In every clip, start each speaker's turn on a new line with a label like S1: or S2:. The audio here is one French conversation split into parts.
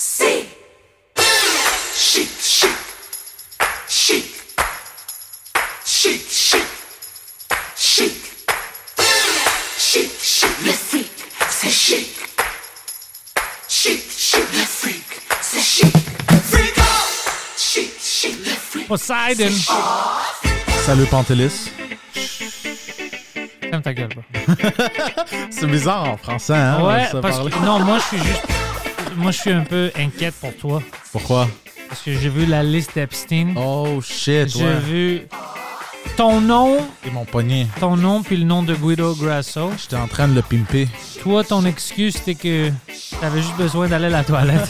S1: Chic. Chic, chic. Chic. Chic, chic. Chic. Chic, chic. Le freak, c'est chic. Chic, chic. Le freak, c'est chic. Freak out. Chic, chic. Le freak.
S2: Poseidon!
S3: Salut Pantelis.
S2: Ferme ta gueule, bro.
S3: C'est bizarre en français, hein?
S2: ouais,
S3: ça
S2: parce
S3: parler.
S2: que. Non, moi, je suis juste. Moi, je suis un peu inquiète pour toi.
S3: Pourquoi?
S2: Parce que j'ai vu la liste d'Epstein.
S3: Oh shit,
S2: j'ai
S3: ouais.
S2: vu. Ton nom,
S3: Et mon poignet.
S2: ton nom, puis le nom de Guido Grasso.
S3: J'étais en train de le pimper.
S2: Toi, ton excuse, c'était que t'avais juste besoin d'aller à la toilette.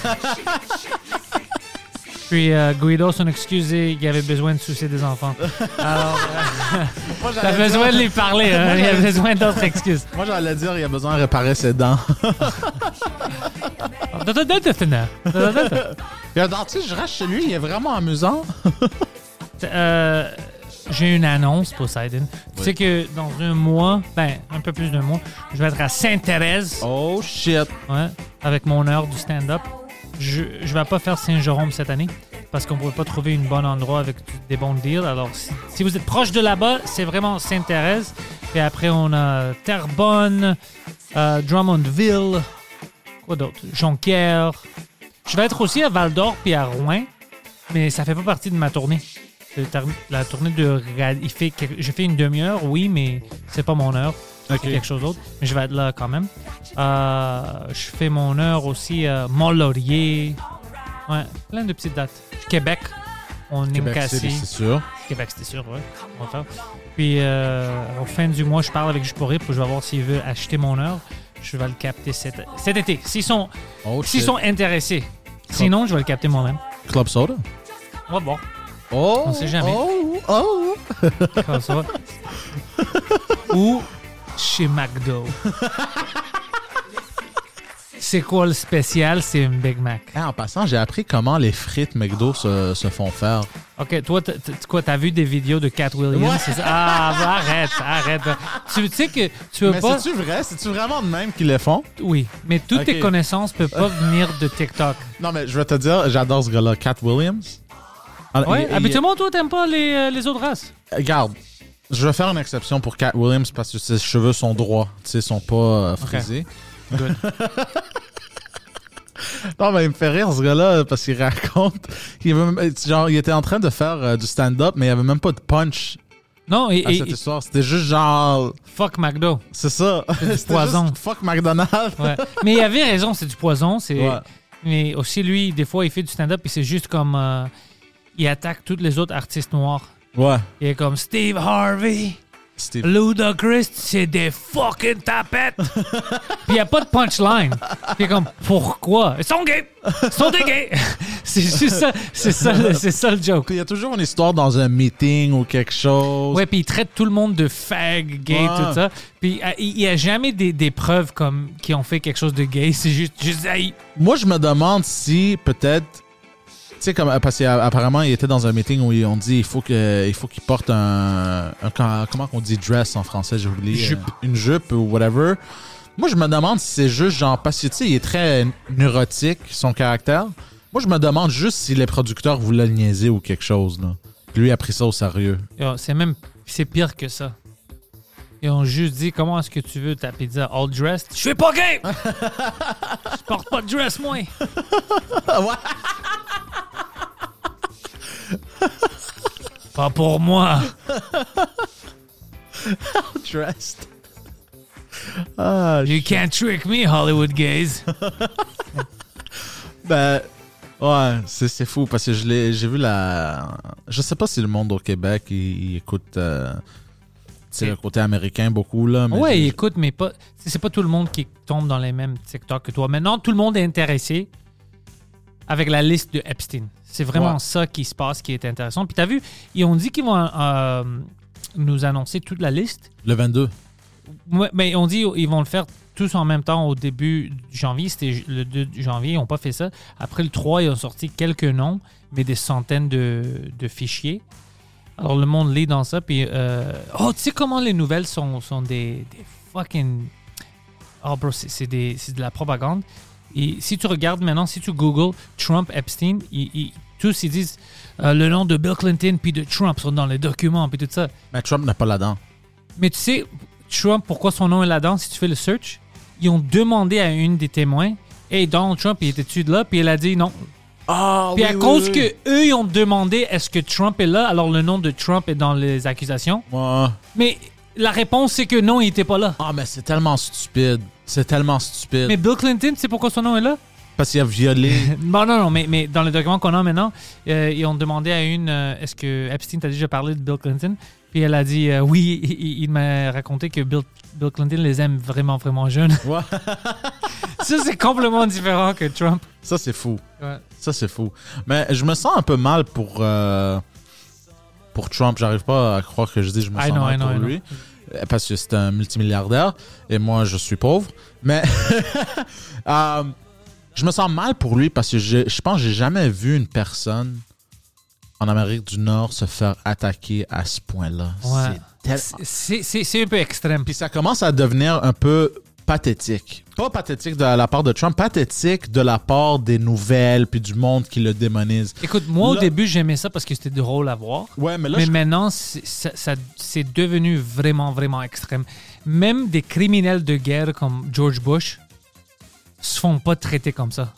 S2: Puis euh, Guido, son excuse, c'est qu'il avait besoin de soucier des enfants. Alors,
S3: Moi,
S2: t'as besoin de lui parler, hein? il y a besoin d'autres excuses.
S3: Moi, j'allais dire, il a besoin de réparer ses dents. Il y a un dentiste, je reste chez lui, il est vraiment amusant.
S2: Euh, J'ai une annonce, Poseidon. Tu sais que dans un mois, ben, un peu plus d'un mois, je vais être à Sainte-Thérèse
S3: Oh shit.
S2: ouais, avec mon heure du stand-up. Je ne vais pas faire Saint-Jérôme cette année parce qu'on ne pouvait pas trouver une bonne endroit avec des bons deals. Alors, si, si vous êtes proche de là-bas, c'est vraiment Sainte-Thérèse. Et après, on a Terrebonne, euh, Drummondville, quoi d'autre? Jonquière. Je vais être aussi à Val-d'Or puis à Rouen, mais ça fait pas partie de ma tournée. Le tar- La tournée de... ra- Il fait, quel- je fais une demi-heure, oui, mais c'est pas mon heure.
S3: Ok.
S2: C'est quelque chose d'autre. Mais je vais être là quand même. Euh, je fais mon heure aussi à Mont-Laurier. Ouais, plein de petites dates. Québec. On est
S3: Québec City,
S2: cassé.
S3: c'est sûr.
S2: Québec, c'était sûr, ouais. On va faire. Puis, euh, en fin du mois, je parle avec Juporé pour je vais voir s'il veut acheter mon heure. Je vais le capter cet, cet été. S'ils sont,
S3: Oh shit.
S2: s'ils sont intéressés. Sinon, je vais le capter moi-même.
S3: Club Soda.
S2: On va voir.
S3: Oh.
S2: On sait jamais.
S3: Oh. Oh.
S2: comment ça va. Ou chez McDo. C'est quoi le spécial? C'est une Big Mac.
S3: Eh, en passant, j'ai appris comment les frites McDo se, se font faire.
S2: OK, toi, t- t- quoi, t'as vu des vidéos de Cat Williams? c'est ça? Ah, bah, arrête, arrête. Tu tu sais que tu veux
S3: Mais
S2: pas...
S3: c'est-tu vrai? C'est-tu vraiment de même qu'ils les font?
S2: Oui, mais toutes
S3: Ok.
S2: tes connaissances peuvent pas venir de TikTok.
S3: Non, mais je vais te dire, j'adore ce gars-là, Cat Williams. Ah,
S2: Ouais,
S3: il- il-
S2: habituellement, toi, t'aimes pas les, euh, les autres races.
S3: Regarde, je vais faire une exception pour Cat Williams parce que ses cheveux sont droits, tu sais, sont pas euh, frisés.
S2: Good.
S3: non, mais il me fait rire ce gars-là parce qu'il raconte. Il, veut même- genre, il était en train de faire euh, du stand-up, mais il n'y avait même pas de punch
S2: Non, et,
S3: à
S2: et-
S3: cette histoire. C'était juste genre.
S2: fuck McDo.
S3: C'est ça. C'était
S2: poison.
S3: juste fuck McDonald's.
S2: Ouais. mais il avait raison, c'est du poison. C'est...
S3: Ouais.
S2: Mais aussi, lui, des fois, il fait du stand-up et c'est juste comme. euh, il attaque tous les autres artistes noirs.
S3: Ouais.
S2: Il est comme Steve Harvey,
S3: C'était-
S2: Ludacris, c'est des fucking tapettes. Puis il n'y a pas de punchline. Puis il est comme, pourquoi Ils sont gays Ils sont des gays C'est juste ça, c'est ça, le- c'est ça le joke.
S3: Il y a toujours une histoire dans un meeting ou quelque chose.
S2: Ouais, puis il traite tout le monde de fag, gay,
S3: Ouais.
S2: tout ça. Puis euh, il n'y a jamais des, des preuves comme qui ont fait quelque chose de gay. C'est juste, juste hey,
S3: Moi, je me demande si peut-être. Tu sais, comme, euh, parce qu'apparemment, il était dans un meeting où ils ont dit il faut que- il faut qu'il porte un, un- quand- Comment qu'on dit dress en français J'ai oublié.
S2: Jupe.
S3: Euh, Une jupe ou whatever. Moi, je me demande si c'est juste genre. Parce que, tu sais, il est très neurotique, son caractère. Moi, je me demande juste si les producteurs voulaient le niaiser ou quelque chose. Là. Lui a pris ça au sérieux.
S2: Yo, C'est même c'est pire que ça. Ils ont juste dit comment est-ce que tu veux ta pizza all dressed. Je suis pas gay. Je porte pas de dress moi. pas pour moi.
S3: Dressed.
S2: You can't trick me, Hollywood gays.
S3: Ben, ouais, c'est, c'est fou parce que je l'ai, j'ai vu la. Je sais pas si le monde au Québec il, il écoute euh, c'est le côté américain beaucoup, là. mais
S2: Ouais,
S3: je-
S2: écoute, mais pas. C'est c'est pas tout le monde qui tombe dans les mêmes secteurs que toi. Maintenant, tout le monde est intéressé avec la liste de Epstein. C'est vraiment
S3: Ouais.
S2: ça qui se passe, qui est intéressant. Puis t'as vu, ils ont dit qu'ils vont euh, nous annoncer toute la liste.
S3: Le 22.
S2: Ouais, mais on dit ils vont le faire tous en même temps au début janvier. C'était le 2 janvier, ils n'ont pas fait ça. Après le 3, ils ont sorti quelques noms, mais des centaines de, de fichiers. Alors le monde lit dans ça. Puis, euh, oh, tu sais comment les nouvelles sont, sont des, des fucking. Oh, bro, c'est c'est des- c'est de la propagande. Et si tu regardes maintenant, si tu googles Trump, Epstein, ils- ils- tous ils disent euh, le nom de Bill Clinton puis de Trump sont dans les documents puis tout ça.
S3: Mais Trump n'a pas la dent.
S2: Mais tu sais, Trump, pourquoi son nom est là-dedans? Si tu fais le search, ils ont demandé à une des témoins, Hey, Donald Trump, il était-tu de là? Puis elle a dit non.
S3: Ah,
S2: Puis à cause que eux ils ont demandé est-ce que Trump est là, alors le nom de Trump est dans les accusations.
S3: Ouais.
S2: Mais la réponse, c'est que non, il était pas là.
S3: Ah, mais c'est tellement stupide. C'est tellement stupide.
S2: Mais Bill Clinton, tu sais pourquoi son nom est là?
S3: Parce qu'il a violé.
S2: Non, non, non, mais, mais dans le document qu'on a maintenant, euh, ils ont demandé à une euh, est-ce que Epstein t'a déjà parlé de Bill Clinton Puis elle a dit euh, oui, il- il, il m'a raconté que Bill, Bill Clinton les aime vraiment, vraiment jeunes.
S3: Ouais.
S2: Ça, c'est complètement différent que Trump.
S3: Ça, c'est fou.
S2: Ouais.
S3: Ça, c'est fou. Mais je me sens un peu mal pour, euh, pour Trump. J'arrive pas à croire que je dis je me
S2: I
S3: sens
S2: know, I
S3: mal
S2: know,
S3: pour
S2: I know.
S3: lui. Euh, Parce que c'est un multimilliardaire et moi, je suis pauvre. Mais euh, je me sens mal pour lui parce que je, je pense que j'ai jamais vu une personne en Amérique du Nord se faire attaquer à ce point-là.
S2: Ouais.
S3: C'est tel-
S2: C'est- C'est c'est un peu extrême.
S3: Puis ça commence à devenir un peu pathétique. Pas pathétique de la part de Trump, pathétique de la part des nouvelles puis du monde qui le démonise.
S2: Écoute, moi, au
S3: Là-
S2: début, j'aimais ça parce que c'était drôle à voir.
S3: Ouais, mais là,
S2: mais
S3: je-
S2: maintenant, c'est- ça- ça- c'est devenu vraiment, vraiment extrême. Même des criminels de guerre comme George Bush se font pas traiter comme ça.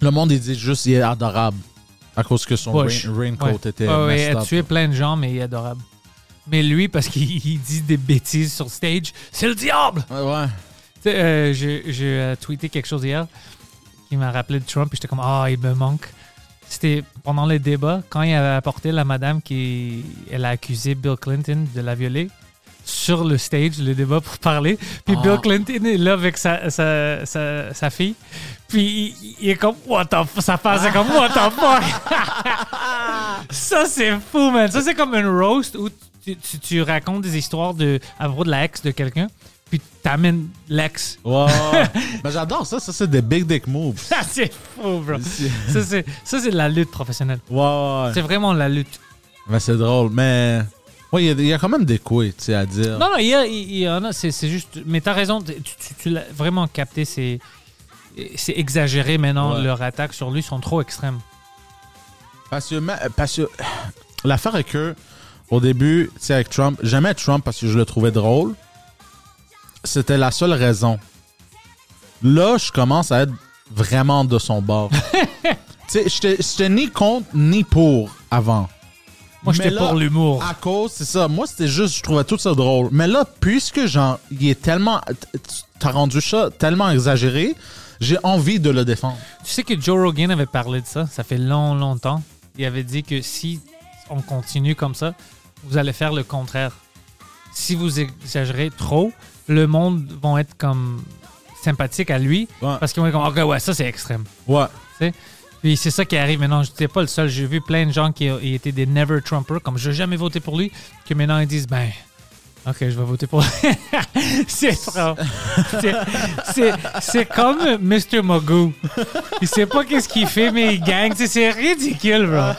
S3: le monde il dit juste il est adorable à cause que son
S2: Bush.
S3: rain- raincoat
S2: Ouais.
S3: était
S2: Ouais, ouais,
S3: messed
S2: il a
S3: up.
S2: tué plein de gens, mais il est adorable. Mais lui, parce qu'il il dit des bêtises sur stage, c'est le diable!
S3: Ouais, ouais.
S2: Tu sais, euh, j'ai j'ai, euh, tweeté quelque chose hier qui m'a rappelé de Trump et j'étais comme ah il me manque. C'était pendant les débats quand il avait apporté la madame qui elle a accusé Bill Clinton de la violer sur le stage le débat pour parler puis
S3: Ah.
S2: Bill Clinton est là avec sa sa, sa, sa fille puis il, il est comme what the f- sa face est comme what the fuck ça c'est fou man ça c'est comme une roast où tu, tu, tu racontes des histoires de à propos de la ex de quelqu'un puis t'amènes l'ex
S3: Ouais, ouais. Mais Ben, j'adore ça, ça c'est des big dick moves.
S2: ça, c'est fou, bro. Ça, c'est ça, c'est de la lutte professionnelle.
S3: Ouais, ouais.
S2: C'est vraiment la lutte.
S3: Mais c'est drôle, mais ouais, il y a- il y, a quand même des couilles, tu sais à dire.
S2: Non, non, il y, a- il y en a, c'est c'est juste. Mais t'as raison, tu, tu- tu l'as vraiment capté, c'est. C'est exagéré maintenant,
S3: Ouais.
S2: leur attaque sur lui sont trop extrêmes.
S3: Parce que, ma- parce que- l'affaire est que, au début, tu sais, avec Trump, j'aimais Trump parce que je le trouvais drôle. C'était la seule raison. Là, je commence à être vraiment de son bord. tu sais, j'étais j'étais ni contre ni pour avant.
S2: Moi, j'étais
S3: Mais là, ah.
S2: pour l'humour.
S3: À cause, c'est ça. Moi, c'était juste, je trouvais tout ça drôle. Mais là, puisque genre, il est tellement. T'as rendu ça tellement exagéré, j'ai envie de le défendre.
S2: Tu sais que Joe Rogan avait parlé de ça, ça fait long, longtemps. Il avait dit que si on continue comme ça, vous allez faire le contraire. Si vous exagérez trop, le monde va être comme sympathique à lui
S3: Ouais.
S2: parce qu'ils vont être comme, ok, ouais, ça c'est extrême.
S3: Ouais.
S2: tu sais. Puis c'est ça qui arrive maintenant. Je n'étais pas le seul. J'ai vu plein de gens qui ont- étaient des never Trumpers, comme je n'ai jamais voté pour lui, que maintenant ils disent ben, ok, je vais voter pour lui. c'est trop. C'est- c'est- C'est comme Mr. Magoo. Il sait pas qu'est-ce qu'il fait, mais il gagne. Tu sais, C'est ridicule, bro.
S3: Ah,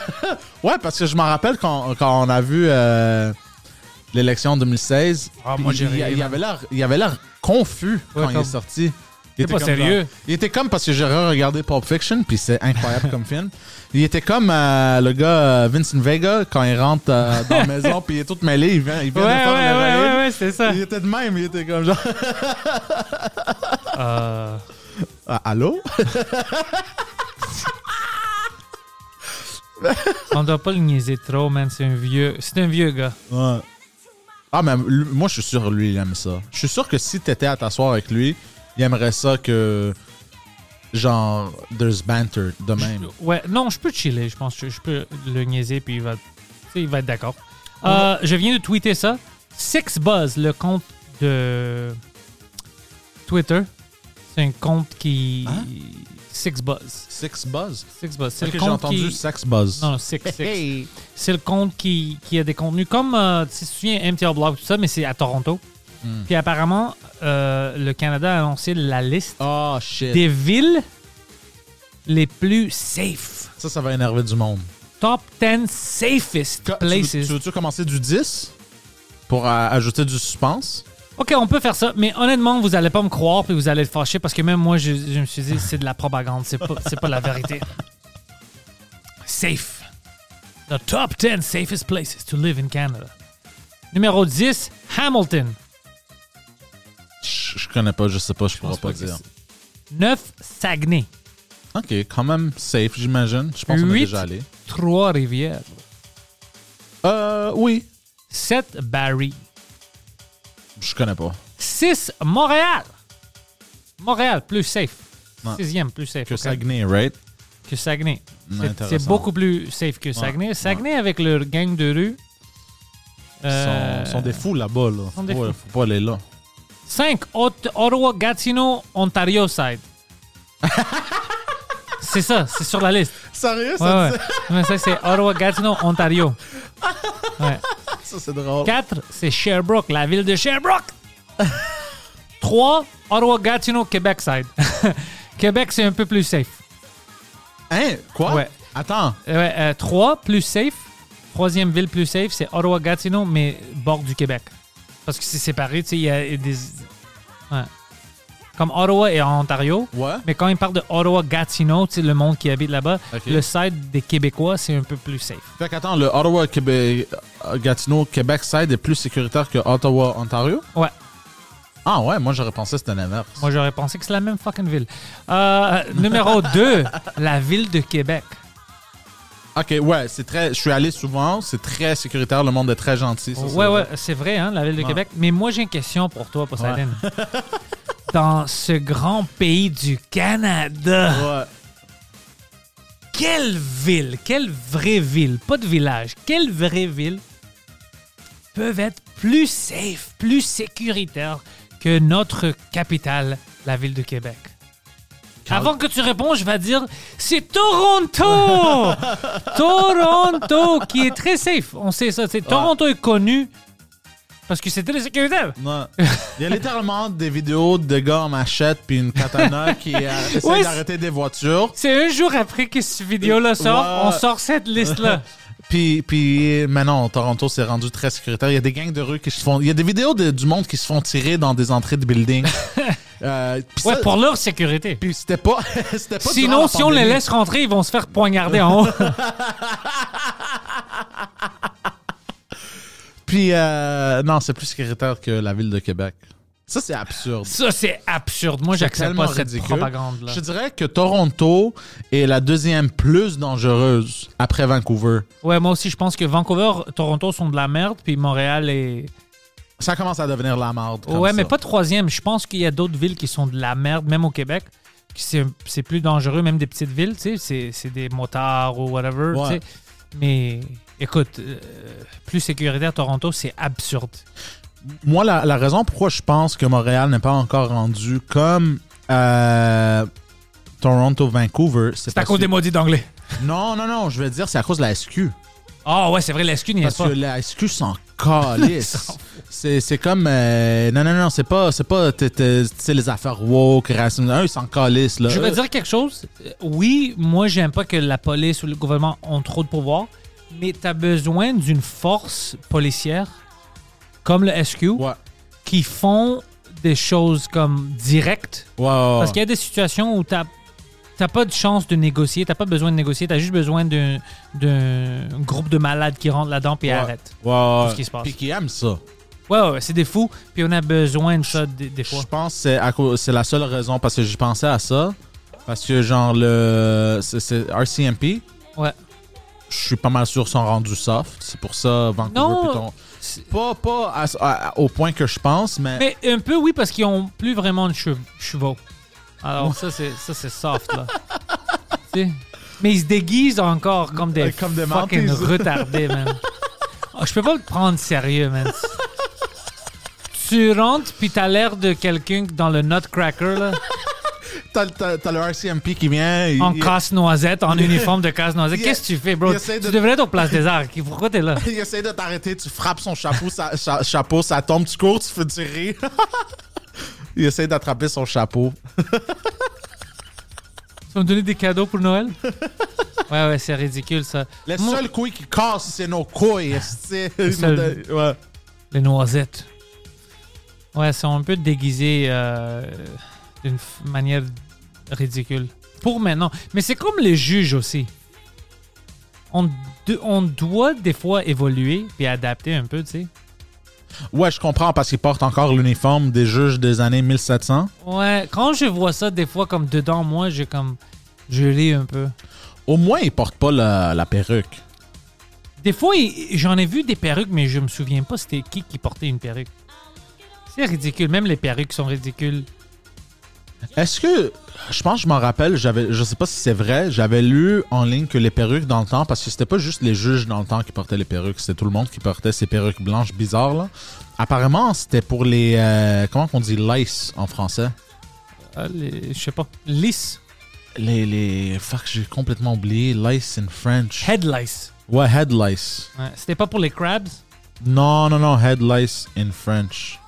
S3: Ouais, parce que je m'en rappelle quand, quand on a vu euh, l'élection 2016.
S2: Ah, moi, j'ai
S3: il,
S2: ri,
S3: il
S2: man.
S3: avait l'air, il avait l'air confus quand il
S2: comme-
S3: est sorti.
S2: C'est
S3: Il
S2: pas
S3: comme
S2: sérieux.
S3: dans- il était comme, parce que j'ai regardé Pulp Fiction, puis c'est incroyable comme film. Il était comme euh, le gars euh, Vincent Vega quand il rentre euh, dans la maison, puis il est tout mêlé, il vient,
S2: Ouais,
S3: il vient
S2: ouais,
S3: de faire
S2: ouais,
S3: l'héroïne.
S2: ouais, ouais, c'est ça.
S3: Il était de même, il était comme genre.
S2: Euh,
S3: Ah, allô?
S2: on doit pas le niaiser trop, man. C'est un vieux, c'est un vieux gars.
S3: Ouais. Ah, mais lui- moi, je suis sûr, lui, il aime ça. Je suis sûr que si t'étais à t'asseoir avec lui, il aimerait ça que. Genre, there's banter de même.
S2: Ouais, non, je peux chiller. Je pense que je peux le niaiser puis il va sais, il va être d'accord. Euh, je viens de tweeter ça. Six Buzz, le compte de Twitter. C'est un compte qui.
S3: Hein?
S2: Six Buzz.
S3: Sex Buzz?
S2: Six Buzz. C'est le
S3: C'est que j'ai
S2: compte
S3: entendu
S2: qui-
S3: Sex Buzz.
S2: Non, non, Six, Six. C'est le compte qui, qui a des contenus comme, euh, tu te souviens, MTR Blog, tout ça, mais c'est à Toronto.
S3: Hmm.
S2: Puis apparemment, euh, le Canada a annoncé la liste
S3: Oh shit.
S2: des villes les plus safe.
S3: Ça, ça va énerver du monde.
S2: Top 10 safest
S3: Ca-
S2: places.
S3: Tu, veux- tu veux-tu commencer du 10 pour euh, ajouter du suspense?
S2: OK, on peut faire ça, mais honnêtement, vous allez pas me croire puis vous allez être fâcher parce que même moi, je, je me suis dit, c'est de la propagande, c'est pas, c'est pas la vérité. Safe. The top 10 safest places to live in Canada. Numéro 10, Hamilton.
S3: Je je connais pas, je sais pas, je pourrais
S2: pense
S3: pas,
S2: pas que
S3: dire.
S2: 9, Saguenay.
S3: Ok, quand même safe, j'imagine. Je pense qu'on est
S2: 8,
S3: déjà allé.
S2: Trois-Rivières.
S3: Euh, oui.
S2: 7, Barrie.
S3: Je connais pas.
S2: 6, Montréal. Montréal, plus safe.
S3: Ouais.
S2: Sixième, plus safe.
S3: Que
S2: OK.
S3: Saguenay, right?
S2: que Saguenay.
S3: Mm,
S2: C'est-
S3: intéressant.
S2: C'est beaucoup plus safe que Saguenay. Saguenay, avec leur gang de rue.
S3: Ils
S2: euh,
S3: sont, sont des fous là-bas, là.
S2: sont des
S3: Faut-
S2: fous.
S3: faut pas aller là.
S2: 5. Ottawa, Gatineau, Ontario side. c'est ça, c'est sur la liste.
S3: Sérieux?
S2: Ouais, ouais. Ouais, ça, c'est Ottawa, Gatineau, Ontario. Ouais.
S3: Ça, c'est drôle.
S2: 4, c'est Sherbrooke, la ville de Sherbrooke. 3, Ottawa, Gatineau, Québec side. Québec, c'est un peu plus safe.
S3: Hein? Quoi?
S2: Euh, Ouais.
S3: Attends.
S2: 3, plus safe. Troisième ville plus safe, c'est Ottawa, Gatineau, mais bord du Québec. Parce que c'est séparé, tu sais, il y a des. Ouais. Comme Ottawa et Ontario.
S3: Ouais.
S2: Mais quand ils parlent de Ottawa, Gatineau, tu sais, le monde qui habite là-bas,
S3: Ok.
S2: le side des Québécois, c'est un peu plus safe.
S3: Fait qu'attends, le Ottawa, Québec, euh, Gatineau, Québec side est plus sécuritaire que Ottawa, Ontario?
S2: Ouais.
S3: Ah ouais, moi j'aurais pensé que c'était l'inverse.
S2: Moi, j'aurais pensé que c'est la même fucking ville. Euh, numéro 2, la ville de Québec.
S3: Ok, ouais, c'est très. Je suis allé souvent, c'est très sécuritaire, le monde est très gentil. ça, c'est
S2: ouais,
S3: vrai.
S2: ouais, c'est vrai, hein, la ville de
S3: Ouais.
S2: Québec. Mais moi, j'ai une question pour toi, Poseidon.
S3: Ouais.
S2: Dans ce grand pays du Canada,
S3: Ouais.
S2: quelle ville, quelle vraie ville, pas de village, quelle vraie ville peuvent être plus safe, plus sécuritaire que notre capitale, la ville de Québec? Avant que tu réponds, je vais dire c'est Toronto! Toronto qui est très safe. On sait ça. c'est Toronto est connu parce que c'est très sécuritaire.
S3: Non. Il y a littéralement des vidéos de gars en machette puis une katana qui euh, essaie
S2: Ouais,
S3: d'arrêter des voitures.
S2: C'est un jour après que cette vidéo-là sort,
S3: Ouais.
S2: on sort cette liste-là.
S3: Puis, puis maintenant, Toronto s'est rendu très sécuritaire. Il y a des gangs de rue qui se font. Il y a des vidéos de- du monde qui se font tirer dans des entrées de buildings. Euh, puis ça-
S2: Ouais, pour leur sécurité.
S3: Puis c'était pas. c'était pas durant
S2: Sinon,
S3: la
S2: si on les
S3: pandémie.
S2: laisse rentrer, ils vont se faire poignarder en haut.
S3: Puis euh, non, c'est plus sécuritaire que la ville de Québec. Ça, c'est absurde.
S2: Ça, c'est absurde. Moi,
S3: C'est
S2: j'accepte
S3: tellement
S2: pas cette
S3: ridicule.
S2: propagande-là.
S3: Je dirais que Toronto est la deuxième plus dangereuse après Vancouver.
S2: Ouais, moi aussi, je pense que Vancouver, Toronto sont de la merde, puis Montréal est.
S3: Ça commence à devenir la marde. comme
S2: ouais, mais
S3: ça.
S2: pas troisième. Je pense qu'il y a d'autres villes qui sont de la merde, même au Québec, qui c'est c'est plus dangereux, même des petites villes, tu sais. c'est- C'est des motards ou whatever, tu
S3: Ouais.
S2: sais. Mais écoute, euh, plus sécuritaire Toronto, c'est absurde.
S3: Moi, la, la raison pourquoi je pense que Montréal n'est pas encore rendu comme euh, Toronto, Vancouver, c'est
S2: C'est à
S3: parce
S2: cause
S3: que-
S2: des maudits d'anglais.
S3: Non, non, non, je veux dire, c'est à cause de la SQ.
S2: Ah ouais, c'est vrai, l'ESQ n'y
S3: Parce
S2: est pas.
S3: que la SQ s'en calisse. C'est c'est comme. euh, non, non, non, c'est pas. C'est pas. t'es- t'es- Tu sais, les affaires woke, racisme. Eux, ils s'en calissent, là.
S2: Je vais dire quelque chose. Euh, Oui, moi, j'aime pas que la police ou le gouvernement ont trop de pouvoir, mais tu as besoin d'une force policière comme le SQ
S3: Ouais.
S2: qui font des choses comme directes.
S3: Ouais, ouais, ouais.
S2: Parce qu'il y a des situations où tu T'as pas de chance de négocier, t'as pas besoin de négocier, t'as juste besoin d'un d'un groupe de malades qui rentrent là-dedans puis
S3: Ouais.
S2: arrête.
S3: Ouais, ouais,
S2: ce qui se passe.
S3: Puis qui aiment ça.
S2: Ouais, ouais, ouais, c'est des fous, puis on a besoin de ça des, des fois.
S3: Je pense que c'est à cause- c'est la seule raison parce que j'y pensais à ça. Parce que, genre, le. c'est- C'est RCMP.
S2: Ouais.
S3: Je suis pas mal sûr sont rendus soft. C'est pour ça, Vancouver.
S2: Non.
S3: plutôt- Pas, pas à- à- au point que je pense, mais.
S2: Mais un peu, oui, parce qu'ils ont plus vraiment de chev- chevaux. Alors, ça, c'est ça, c'est soft, là. Tu sais? Mais ils se déguisent encore comme des,
S3: Euh, comme des
S2: fucking
S3: mantis.
S2: retardés, man. Oh, je peux pas te prendre sérieux, man. tu rentres, puis t'as l'air de quelqu'un dans le Nutcracker, là,
S3: T'as, t'as- t'as le RCMP qui vient. il-
S2: en
S3: il-
S2: casse-noisette, en uniforme de casse-noisette.
S3: Yeah.
S2: Qu'est-ce que tu fais, bro?
S3: Il essaie
S2: Tu
S3: de-
S2: devrais être au Place des Arts. Pourquoi t'es là?
S3: Il essaie de t'arrêter, tu frappes son chapeau, ça, cha- chapeau, ça tombe, tu cours, tu fais du rire. Il essaie d'attraper son chapeau.
S2: Tu vas me donner des cadeaux pour Noël? ouais, ouais, c'est ridicule, ça.
S3: Le
S2: Moi-
S3: seul couille qui casse, c'est nos couilles. esti.
S2: seul.
S3: Ouais.
S2: Les noisettes. Ouais, c'est un peu déguisé euh, d'une f- manière ridicule. Pour maintenant. Mais c'est comme les juges aussi. On, de- on doit des fois évoluer puis adapter un peu, tu sais.
S3: Ouais, je comprends parce qu'il porte encore l'uniforme des juges des années 1700.
S2: Ouais, quand je vois ça des fois comme dedans moi, j'ai comme je ris un peu.
S3: Au moins, il porte pas la, la perruque.
S2: Des fois, il- j'en ai vu des perruques mais je me souviens pas c'était qui qui portait une perruque. C'est ridicule, même les perruques sont ridicules.
S3: Est-ce que je pense, que je m'en rappelle, j'avais, je sais pas si c'est vrai, j'avais lu en ligne que les perruques dans le temps, parce que c'était pas juste les juges dans le temps qui portaient les perruques, c'était tout le monde qui portait ces perruques blanches bizarres là. Apparemment, c'était pour les euh, comment qu'on dit lice en français.
S2: Ah, les- je sais pas, lisses,
S3: Les les fuck, j'ai complètement oublié lice in French.
S2: head lice.
S3: Ouais, head lice.
S2: Ouais, C'était pas pour les crabs.
S3: Non non non, head lice in French.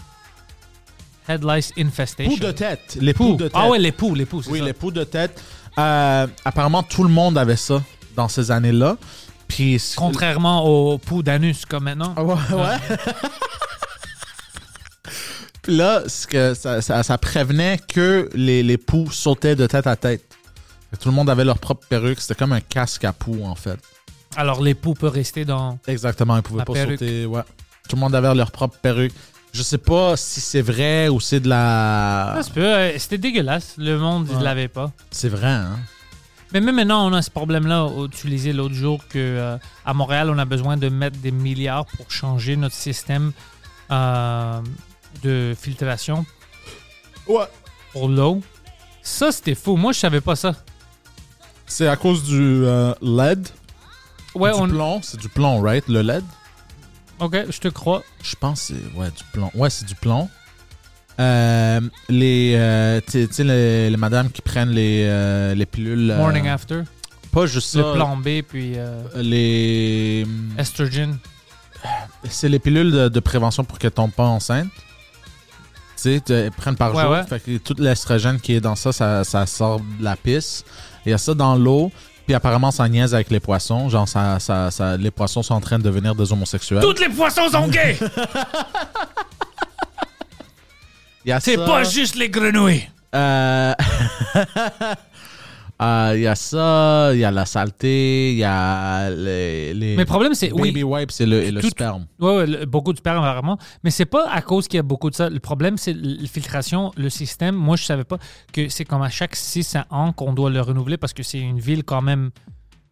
S2: Head lice infestation.
S3: Poux de tête, les
S2: Poux.
S3: poux de tête.
S2: Ah ouais, les poux, les poux, c'est
S3: Oui,
S2: ça.
S3: les poux de tête. Euh, apparemment, tout le monde avait ça dans ces années-là. Puis
S2: Contrairement aux poux d'anus, comme maintenant.
S3: Ah Ouais, ouais. Puis là, ce que ça, ça- ça prévenait que les, les poux sautaient de tête à tête. Fait que Tout le monde avait leur propre perruque. C'était comme un casque à poux, en fait.
S2: Alors les poux peuvent rester dans...
S3: Exactement, ils pouvaient
S2: La
S3: pas
S2: perruque.
S3: sauter. Ouais. Tout le monde avait leur propre perruque. Je sais pas si c'est vrai ou c'est de la...
S2: Ah, c'est peu, euh, C'était dégueulasse. Le monde ne
S3: Ouais.
S2: l'avait pas.
S3: C'est vrai, hein?
S2: Mais même maintenant, on a ce problème-là. où Tu lisais l'autre jour que euh, à Montréal, on a besoin de mettre des milliards pour changer notre système euh, de filtration
S3: Ouais.
S2: pour l'eau. Ça, c'était fou. Moi, je savais pas ça.
S3: C'est à cause du euh, LED.
S2: Ouais,
S3: du
S2: on...
S3: plomb. C'est du plomb, right? Le LED?
S2: Ok, je te crois.
S3: Je pense que c'est ouais, du plomb. Ouais, c'est du plomb. Euh, les euh, tu tu sais les, les madames qui prennent les, euh, les pilules euh,
S2: Morning after.
S3: pas juste ça,
S2: Le plan B, puis euh,
S3: les
S2: estrogen.
S3: c'est les pilules de, de prévention pour qu'elles tombent pas enceinte tu sais tu- elles prennent par
S2: Ouais,
S3: jour
S2: ouais.
S3: fait que tout l'estrogène qui est dans ça ça, ça sort de la pisse il y a ça dans l'eau puis apparemment ça niaise avec les poissons genre ça, ça, ça- les poissons sont en train de devenir des homosexuels
S2: Toutes les poissons sont gays!
S3: Il y a
S2: C'est
S3: ça.
S2: pas juste les grenouilles!
S3: Euh, euh, Il y a ça, il y a la saleté, il y a les, les
S2: Mais le problème, c'est. Oui,
S3: baby wipes et le, et le
S2: Tout-
S3: sperme.
S2: ouais, ouais, le- beaucoup de sperme, apparemment. Mais c'est pas à cause qu'il y a beaucoup de ça. Le problème, c'est l- la filtration, le système. Moi, je savais pas que c'est comme à chaque 6 à ans qu'on doit le renouveler parce que c'est une ville quand même.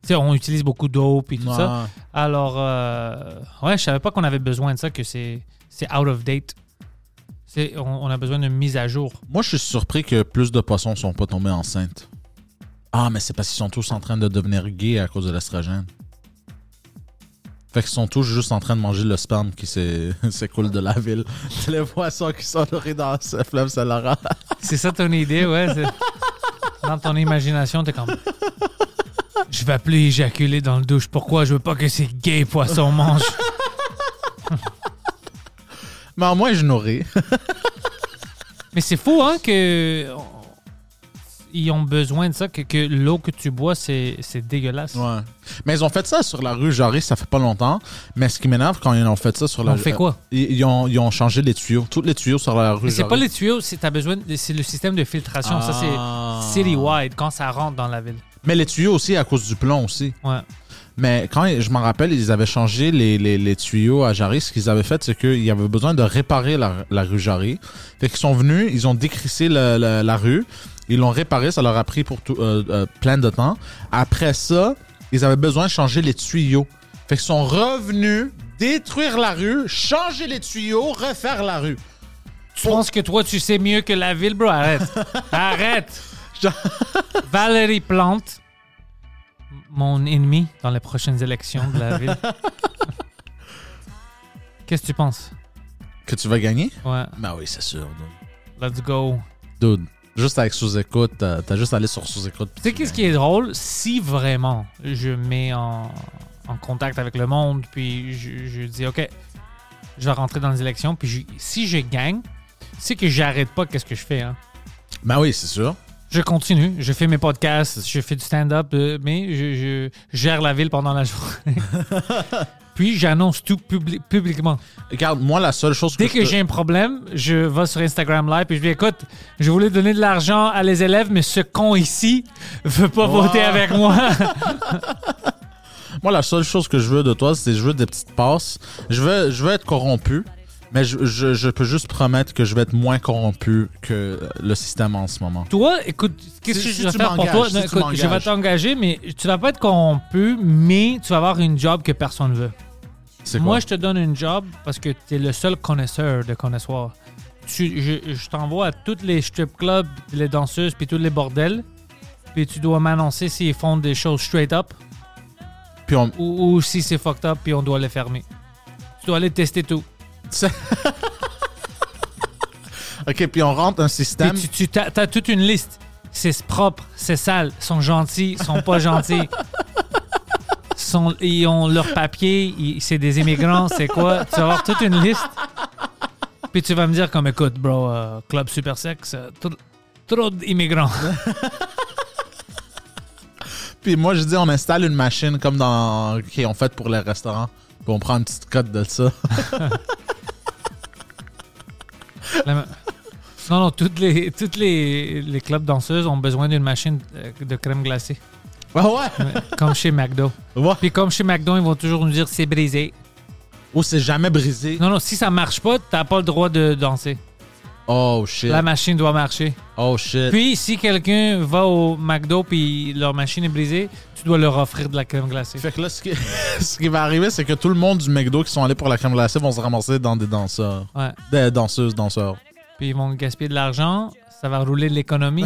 S2: Tu sais, on utilise beaucoup d'eau puis tout ça.
S3: Ouais.
S2: Alors, euh, ouais, je savais pas qu'on avait besoin de ça, que c'est c'est out of date. C'est- On, on a besoin d'une mise à jour.
S3: Moi, je suis surpris que plus de poissons sont pas tombés enceintes. Ah, mais c'est parce qu'ils sont tous en train de devenir gays à cause de l'estrogène. Fait qu'ils sont tous juste en train de manger le sperme qui s'é- s'écoule de la ville. C'est les poissons qui sont nourris dans ce fleuve Salara.
S2: C'est ça ton idée, ouais. c'est- Dans ton imagination, t'es comme. Je vais plus éjaculer dans le douche. Pourquoi je veux pas que ces gays poissons mangent
S3: Mais au moins, je nourris.
S2: Mais c'est fou, hein, que. Ils ont besoin de ça, que, que l'eau que tu bois, c'est c'est dégueulasse.
S3: Ouais. Mais ils ont fait ça sur la rue Jarry, ça fait pas longtemps. Mais ce qui m'énerve quand ils ont fait ça sur la
S2: On fait quoi?
S3: Ils, ils ont, ils ont changé les tuyaux. Tous les tuyaux sur la rue
S2: Mais c'est pas les
S3: Jarry.
S2: tuyaux, c'est t'as besoin, de- c'est le système de filtration.
S3: Ah.
S2: Ça, c'est citywide, quand ça rentre dans la ville.
S3: Mais les tuyaux aussi à cause du plomb aussi.
S2: Ouais.
S3: Mais quand ils- je m'en rappelle, ils avaient changé les, les- les tuyaux à Jarry. Ce qu'ils avaient fait, c'est qu'ils avaient besoin de réparer la, la rue Jarry. Fait qu'ils sont venus, ils ont décrissé le- le- la rue. Ils l'ont réparé, ça leur a pris pour tout, euh, euh, plein de temps. Après ça, ils avaient besoin de changer les tuyaux. Fait qu'ils sont revenus détruire la rue, changer les tuyaux, refaire la rue.
S2: Tu penses que toi, tu sais mieux que la ville, bro? Arrête. Arrête.
S3: Je-
S2: Valérie Plante, mon ennemi dans les prochaines élections de la ville. Qu'est-ce que tu penses?
S3: Que tu vas gagner?
S2: Ouais.
S3: Ben oui, c'est sûr. dude.
S2: Let's go.
S3: Dude, juste avec sous-écoute, t'as t'as juste à aller sur sous-écoute.
S2: Tu sais, qu'est-ce qui est drôle? Si vraiment je mets en, en contact avec le monde, puis je, je dis, OK, je vais rentrer dans les élections, puis je- si je gagne, c'est que j'arrête pas qu'est-ce que je fais. hein.
S3: Ben oui, c'est sûr.
S2: Je continue, je fais mes podcasts, je fais du stand-up, euh, mais je, je gère la ville pendant la journée. puis j'annonce tout publi- publiquement.
S3: Regarde, moi, la seule chose que
S2: Dès
S3: je
S2: que
S3: te-
S2: j'ai un problème, je vais sur Instagram Live et je dis écoute, je voulais donner de l'argent à les élèves, mais ce con ici veut pas voter avec moi.
S3: Moi, la seule chose que je veux de toi, c'est je veux des petites passes. Je veux, je veux être corrompu, mais je, je, je peux juste promettre que je vais être moins corrompu que le système en ce moment.
S2: toi, écoute, qu'est-ce
S3: Si-
S2: que
S3: si
S2: je vais
S3: tu
S2: faire pour
S3: m'engages,
S2: toi
S3: si
S2: Non,
S3: tu
S2: écoute, Je vais
S3: m'engages.
S2: t'engager, mais tu vas pas être corrompu, mais tu vas avoir une job que personne veut.
S3: C'est quoi?
S2: Moi, je te donne une job parce que tu es le seul connaisseur de connaissoir. Tu, je je t'envoie à tous les strip clubs, les danseuses, puis tous les bordels. Puis tu dois m'annoncer s'ils font des choses straight up
S3: Puis on-
S2: ou, ou si c'est fucked up, puis on doit les fermer. Tu dois aller tester tout.
S3: OK, puis on rentre un
S2: Puis
S3: système.
S2: tu, tu as, toute une liste. C'est propre, c'est sale, sont gentils, sont pas gentils. Sont, ils ont leur papier, ils- c'est des immigrants, c'est quoi? Tu vas avoir toute une liste. Puis tu vas me dire comme, écoute, bro, euh, Club Super Sex, euh, tr- trop d'immigrants.
S3: Puis moi, je dis, on installe une machine comme dans. qui ont fait pour les restaurants. Puis on prend une petite cote de ça.
S2: La- Non, non, toutes les, toutes les, les clubs danseuses ont besoin d'une machine euh, de crème glacée,
S3: Ah ouais!
S2: euh, comme chez McDo.
S3: Ouais.
S2: Puis comme chez McDo, ils vont toujours nous dire c'est brisé.
S3: Oh, c'est jamais brisé.
S2: Non, non, si ça marche pas, t'as pas le droit de danser.
S3: Oh shit.
S2: La machine doit marcher.
S3: Oh shit.
S2: Puis, si quelqu'un va au McDo puis leur machine est brisée, tu dois leur offrir de la crème glacée.
S3: Fait que là, ce qui, ce qui va arriver, c'est que tout le monde du McDo qui sont allés pour la crème glacée vont se ramasser dans des danseurs.
S2: Ouais.
S3: Des danseuses, danseurs.
S2: Puis, ils vont gaspiller de l'argent. Ça va rouler de l'économie.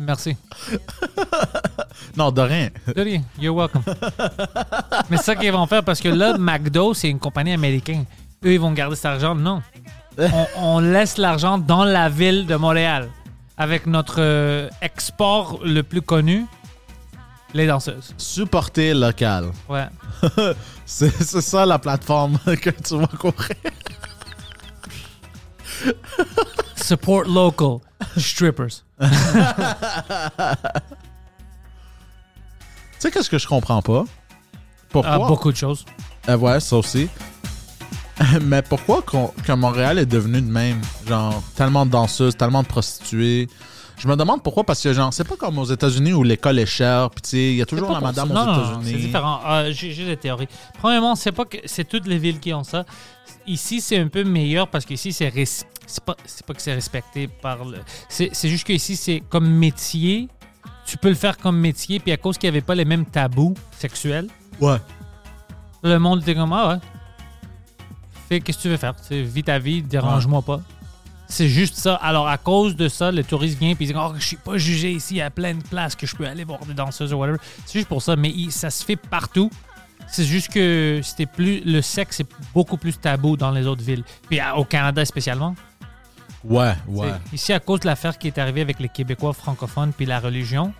S2: Merci.
S3: Non, de rien.
S2: De rien. You're welcome. Mais c'est ça qu'ils vont faire parce que là, McDo, c'est une compagnie américaine. Eux, ils vont garder cet argent. Non. On, on laisse l'argent dans la ville de Montréal avec notre euh, export le plus connu, les danseuses.
S3: Supporter local.
S2: Ouais.
S3: C'est c'est ça la plateforme que tu vas courir.
S2: Support local strippers.
S3: Tu sais, qu'est-ce que je comprends pas? Pourquoi?
S2: Ah, beaucoup de choses.
S3: Euh, ouais, ça aussi. Mais pourquoi qu'on- que Montréal est devenu de même? Genre, tellement de danseuses, tellement de prostituées. Je me demande pourquoi, parce que genre, c'est pas comme aux États-Unis où l'école est chère, puis tu sais, il y a toujours
S2: C'est
S3: la
S2: pas
S3: madame
S2: pour ça. Non, non,
S3: aux
S2: non,
S3: États-Unis.
S2: C'est différent. Ah, J'ai j'ai des théories. Premièrement, c'est pas que c'est toutes les villes qui ont ça. Ici, c'est un peu meilleur parce qu'ici, c'est res- c'est pas, c'est pas que c'est respecté par le. C'est c'est juste qu'ici, c'est comme métier. Tu peux le faire comme métier, puis à cause qu'il n'y avait pas les mêmes tabous sexuels,
S3: Ouais.
S2: le monde était comme Ah ouais. Fais qu'est-ce que tu veux faire. Tu sais, vis ta vie, dérange-moi pas. C'est juste ça. Alors, à cause de ça, le touriste vient et dit Oh, je suis pas jugé ici, il y a plein de places que je peux aller voir des danseuses ou whatever. C'est juste pour ça, mais il- ça se fait partout. C'est juste que c'était plus le sexe est beaucoup plus tabou dans les autres villes. Puis à- au Canada spécialement.
S3: Ouais, ouais.
S2: C'est- Ici, à cause de l'affaire qui est arrivée avec les Québécois francophones puis la religion,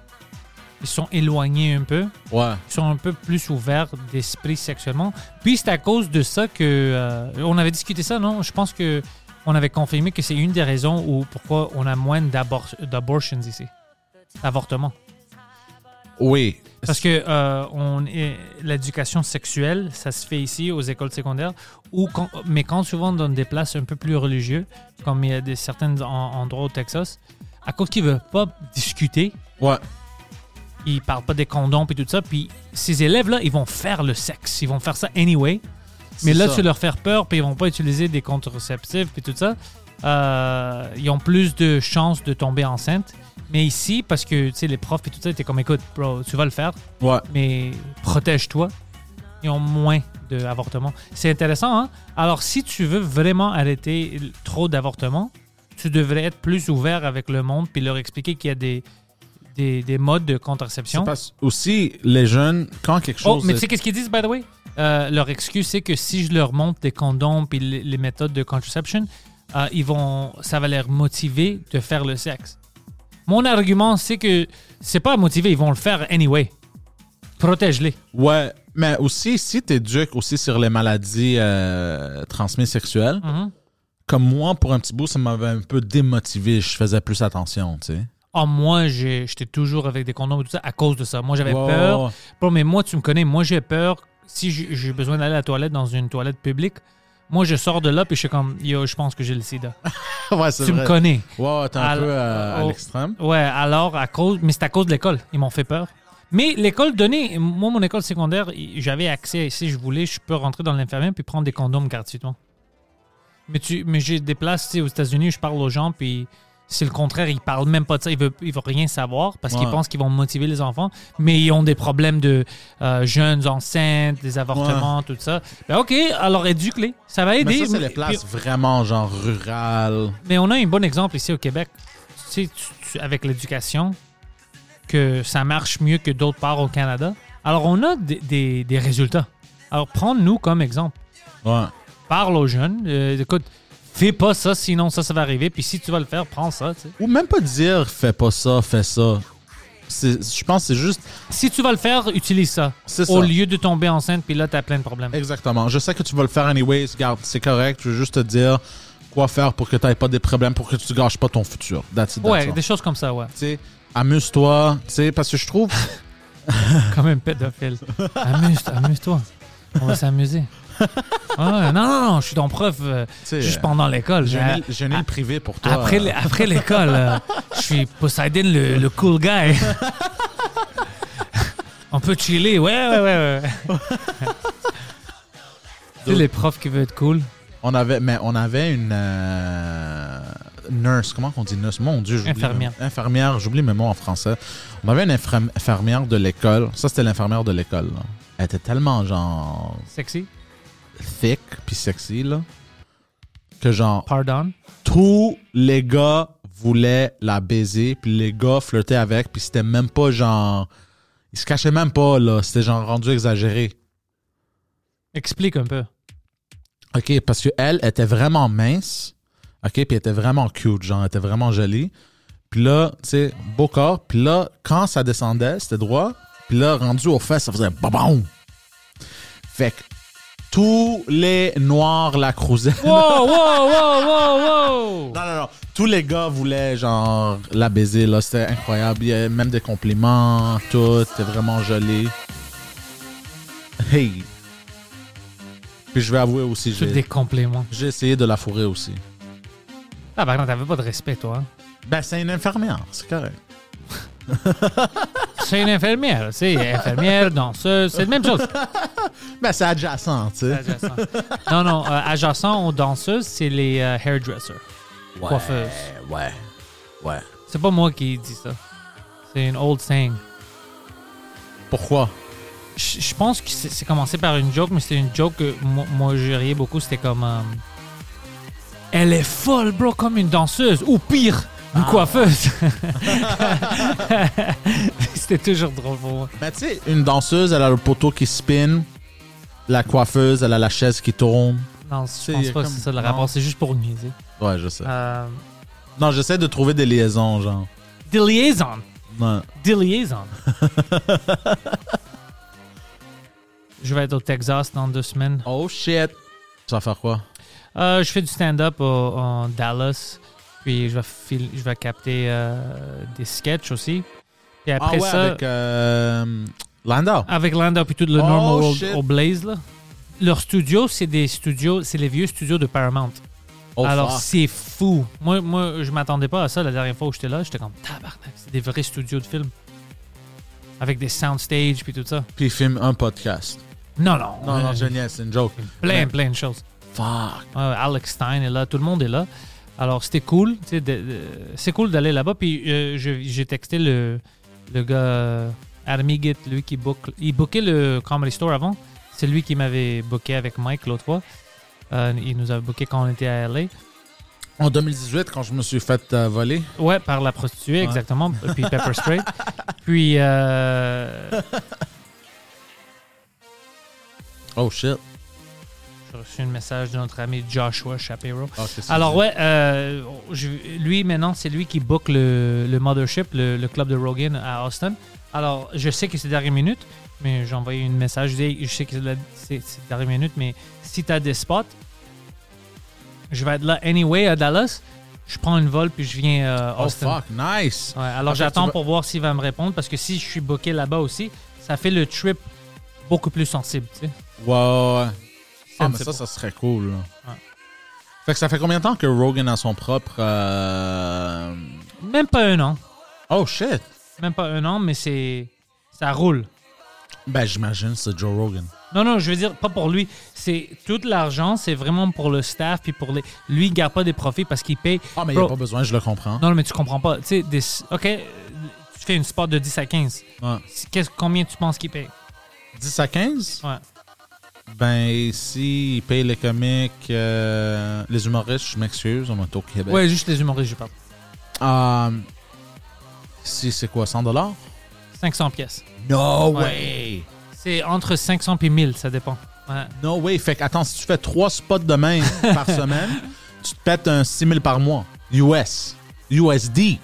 S2: ils sont éloignés un peu
S3: Ouais.
S2: sont un peu plus ouverts d'esprit sexuellement. Puis c'est à cause de ça que euh, on avait discuté ça, non Je pense que on avait confirmé que c'est une des raisons où pourquoi on a moins d'abor- d'abortions ici, d'avortements.
S3: Oui.
S2: Parce que euh, on est- l'éducation sexuelle, ça se fait ici aux écoles secondaires, ou quand- mais quand souvent dans des places un peu plus religieuses, comme il y a des, certains en- endroits au Texas, à cause qu'ils veulent pas discuter,
S3: Ouais.
S2: ils parlent pas des condoms et tout ça. Puis ces élèves-là, ils vont faire le sexe. Ils vont faire ça anyway. Mais
S3: C'est
S2: là,
S3: ça.
S2: tu leur faire peur, puis ils vont pas utiliser des contraceptifs puis tout ça. Euh, ils ont plus de chances de tomber enceinte. Mais ici, parce que tu sais, les profs et tout ça étaient comme écoute, bro, tu vas le faire,
S3: Ouais.
S2: mais protège-toi. Ils ont moins d'avortements. C'est intéressant, hein? Alors, si tu veux vraiment arrêter l- trop d'avortements, tu devrais être plus ouvert avec le monde puis leur expliquer qu'il y a des, des, des modes de contraception.
S3: C'est parce- aussi, les jeunes, quand quelque
S2: Oh,
S3: chose. euh,
S2: mais
S3: est-
S2: tu sais qu'est-ce qu'ils disent, by the way? Euh, leur excuse, c'est que si je leur montre des condoms puis les, les méthodes de contraception, euh, ils vont, ça va les motiver de faire le sexe. Mon argument, c'est que c'est pas motivé, ils vont le faire anyway. Protège-les.
S3: Ouais, mais aussi, si tu éduques aussi sur les maladies euh, transmises sexuelles,
S2: Mhm.
S3: comme moi, pour un petit bout, ça m'avait un peu démotivé. Je faisais plus attention, tu sais.
S2: Ah, moi, j'ai- j'étais toujours avec des condoms et tout ça à cause de ça. Moi, j'avais
S3: Ouais,
S2: peur.
S3: ouais, ouais.
S2: Bon, mais moi, tu me connais, moi, j'ai peur. Si j'ai j'ai besoin d'aller à la toilette dans une toilette publique, moi, je sors de là puis je suis comme, yo, je pense que j'ai le sida.
S3: Ouais, c'est
S2: tu me
S3: vrai.
S2: connais. Oh.
S3: Ouais, ouais, t'es un
S2: À
S3: peu
S2: l-
S3: euh, à
S2: au-
S3: l'extrême.
S2: Ouais, alors, à cause, mais c'est à cause de l'école. Ils m'ont fait peur. Mais l'école donnée, moi, mon école secondaire, y- j'avais accès, si je voulais, je peux rentrer dans l'infirmière puis prendre des condoms gratuitement. Mais, tu, mais j'ai des places, tu sais, aux États-Unis, je parle aux gens, puis c'est le contraire, ils parlent même pas de ça, ils veulent, ils veulent rien savoir parce qu'ils
S3: Ouais.
S2: pensent qu'ils vont motiver les enfants, mais ils ont des problèmes de euh, jeunes enceintes, des avortements, tout ça. Ben, OK, alors éduque-les, ça va aider.
S3: Mais ça, c'est
S2: Mais-
S3: les
S2: puis-
S3: places vraiment genre rurales.
S2: mais on a un bon exemple ici au Québec. Tu sais, tu- tu- avec l'éducation, que ça marche mieux que d'autres parts au Canada. Alors, on a des, des- des résultats. Alors, prends-nous comme exemple.
S3: Ouais.
S2: Parle aux jeunes. euh, écoute, fais pas ça, sinon ça, ça va arriver. Puis si tu vas le faire, prends ça. tu sais.
S3: Ou même pas dire fais pas ça, fais ça. C'est- Je pense que c'est juste.
S2: Si tu vas le faire, utilise ça.
S3: C'est
S2: Au
S3: ça.
S2: lieu de tomber enceinte, puis là, t'as plein de problèmes.
S3: Exactement. Je sais que tu vas le faire anyways. Garde, c'est correct. Je veux juste te dire quoi faire pour que tu pas des problèmes, pour que tu gâches pas ton futur. That's it, that's
S2: Ouais,
S3: all.
S2: des choses comme ça, ouais.
S3: Tu sais, amuse-toi. Tu sais, parce que je trouve.
S2: Comme un pédophile. Amuse- Amuse-toi. on va s'amuser. Ah, non, non, non, je suis ton prof euh,
S3: sais,
S2: juste pendant l'école.
S3: J'ai
S2: Mais,
S3: un île- j'ai un île privé pour toi.
S2: Ah, Après, l- après l'école, euh, je suis Poseidon, le, le cool guy. On peut chiller, ouais, ouais, ouais. ouais. tu sais, les profs qui veulent être cool.
S3: On avait, mais on avait une euh, nurse. Comment qu'on dit nurse Mon Dieu, j'oublie.
S2: Infirmière.
S3: Infirmière. J'oublie mes mots en français. On avait une infirm- infirmière de l'école. Ça, c'était l'infirmière de l'école. là. Elle était tellement genre
S2: Sexy,
S3: thick puis sexy là que genre
S2: pardon.
S3: tous les gars voulaient la baiser, puis les gars flirtaient avec, puis c'était même pas genre. Ils se cachaient même pas, là. C'était genre rendu exagéré.
S2: Explique un peu.
S3: OK, parce qu'elle était vraiment mince. OK, puis elle était vraiment cute, genre, elle était vraiment jolie. Puis là, tu sais, beau corps. Puis là, quand ça descendait, c'était droit. Puis là, rendu aux fesses, ça faisait babam. Fait que tous les noirs la cruisaient.
S2: Wow, wow, wow, wow, wow!
S3: Non, non, non. Tous les gars voulaient, genre, la baiser, là. C'était incroyable. Il y avait même des compliments, tout. C'était vraiment joli. Hey! Puis je vais avouer aussi,
S2: Toutes des
S3: j'ai,
S2: compléments.
S3: j'ai essayé de la fourrer aussi.
S2: Ah, par contre, t'avais pas de respect, toi. hein.
S3: Ben, c'est une infirmière, c'est correct.
S2: C'est une infirmière, tu sais, infirmière, danseuse, c'est la même chose.
S3: Ben, c'est adjacent, tu sais.
S2: Adjacent. Non, non, euh, adjacent aux danseuses, c'est les euh, hairdressers. Coiffeuse.
S3: Ouais. Ouais.
S2: C'est pas moi qui dis ça. C'est une old saying.
S3: Pourquoi?
S2: Je je pense que c'est c'est commencé par une joke, mais c'est une joke que moi, moi, je riais beaucoup. C'était comme. euh, elle est folle, bro, comme une danseuse. Ou pire,
S3: Ah.
S2: une coiffeuse. C'était toujours drôle pour moi.
S3: Ben, tu sais, une danseuse, elle a le poteau qui spin. La coiffeuse, elle a la chaise qui tourne.
S2: Non, je
S3: C'est
S2: pense pas que
S3: comme-
S2: c'est ça le
S3: non.
S2: rapport. C'est juste pour niaiser.
S3: Ouais, je sais.
S2: Euh,
S3: Non, j'essaie de trouver des liaisons, genre.
S2: des liaisons.
S3: Non.
S2: Des liaisons. je vais être au Texas dans deux semaines.
S3: Oh shit! Tu vas faire quoi?
S2: Euh, je fais du stand-up au- en Dallas. Puis je vais, fil- je vais capter euh, des sketchs aussi. Et après
S3: ah ouais,
S2: ça, Ah,
S3: avec euh, Landau.
S2: avec Landa puis tout le
S3: Oh,
S2: normal au-
S3: shit.
S2: au, Blaze, là, leur studio, c'est des studios, c'est les vieux studios de Paramount.
S3: Oh,
S2: Alors
S3: fuck.
S2: c'est fou. Moi, moi je m'attendais pas à ça la dernière fois où j'étais là. J'étais comme tabarnak, c'est des vrais studios de films. avec des soundstages puis tout ça.
S3: Puis il filme un podcast.
S2: Non, non.
S3: Non, non,
S2: euh,
S3: je niaise, c'est une joke.
S2: Plein, plein de choses.
S3: Fuck.
S2: Ouais, Alex Stein est là, tout le monde est là. Alors, c'était cool. tu sais, de- de- C'est cool d'aller là-bas. Puis, euh, je- j'ai texté le, le gars euh, Armigit, lui qui book, il bookait le Comedy Store avant. C'est lui qui m'avait booké avec Mike l'autre fois. Euh, il nous avait booké quand on était à LA.
S3: En 2018, quand je me suis fait euh, voler,
S2: Ouais, par la prostituée, exactement. Puis Pepper Spray. Puis, euh,
S3: oh shit.
S2: j'ai reçu un message de notre ami Joshua Shapiro.
S3: Ah, c'est ça.
S2: Alors ouais, euh, je- lui maintenant c'est lui qui book le, le mothership, le, le club de Rogan à Austin. Alors je sais que c'est dernière minute, mais j'ai envoyé un message. Je, dis, je sais que c'est la- c'est c'est dernière minute, mais si t'as des spots, je vais être là anyway à Dallas. Je prends une vol puis je viens euh,
S3: Oh
S2: Austin.
S3: fuck, nice.
S2: Ouais, alors
S3: Ok,
S2: j'attends
S3: tu vas-
S2: pour voir s'il va me répondre parce que si je suis booké là-bas aussi, ça fait le trip beaucoup plus sensible. Tu sais.
S3: Ouais, ouais, ouais. Ah, mais
S2: Sensible.
S3: ça, ça serait cool. là.
S2: Ouais.
S3: Fait que ça fait combien de temps que Rogan a son propre. euh,
S2: Même pas un an,
S3: Oh shit.
S2: même pas un an, mais c'est ça roule.
S3: Ben, j'imagine c'est Joe Rogan.
S2: Non, non, je veux dire, pas pour lui. C'est tout l'argent, c'est vraiment pour le staff puis pour les. Lui, il garde pas des profits parce qu'il paye.
S3: Ah, mais il
S2: Bro,
S3: a pas besoin, je le comprends.
S2: Non, mais tu comprends pas. Tu sais, des... ok, euh, tu fais une spot de 10 à 15.
S3: Ouais.
S2: C'est- qu'est-ce- combien tu penses qu'il paye
S3: 10 à 15?
S2: Ouais.
S3: Ben, ici, il paye les comiques, euh, les humoristes, je m'excuse, on est au Québec.
S2: Ouais, juste les humoristes, je parle.
S3: Euh, ici, c'est quoi, 100 dollars?
S2: 500 pièces.
S3: No
S2: Ouais.
S3: way!
S2: C'est entre 500 et 1000, ça dépend. Ouais.
S3: No way! Fait que, attends, si tu fais 3 spots de même par semaine, tu te pètes un 6 000 par mois. US. USD.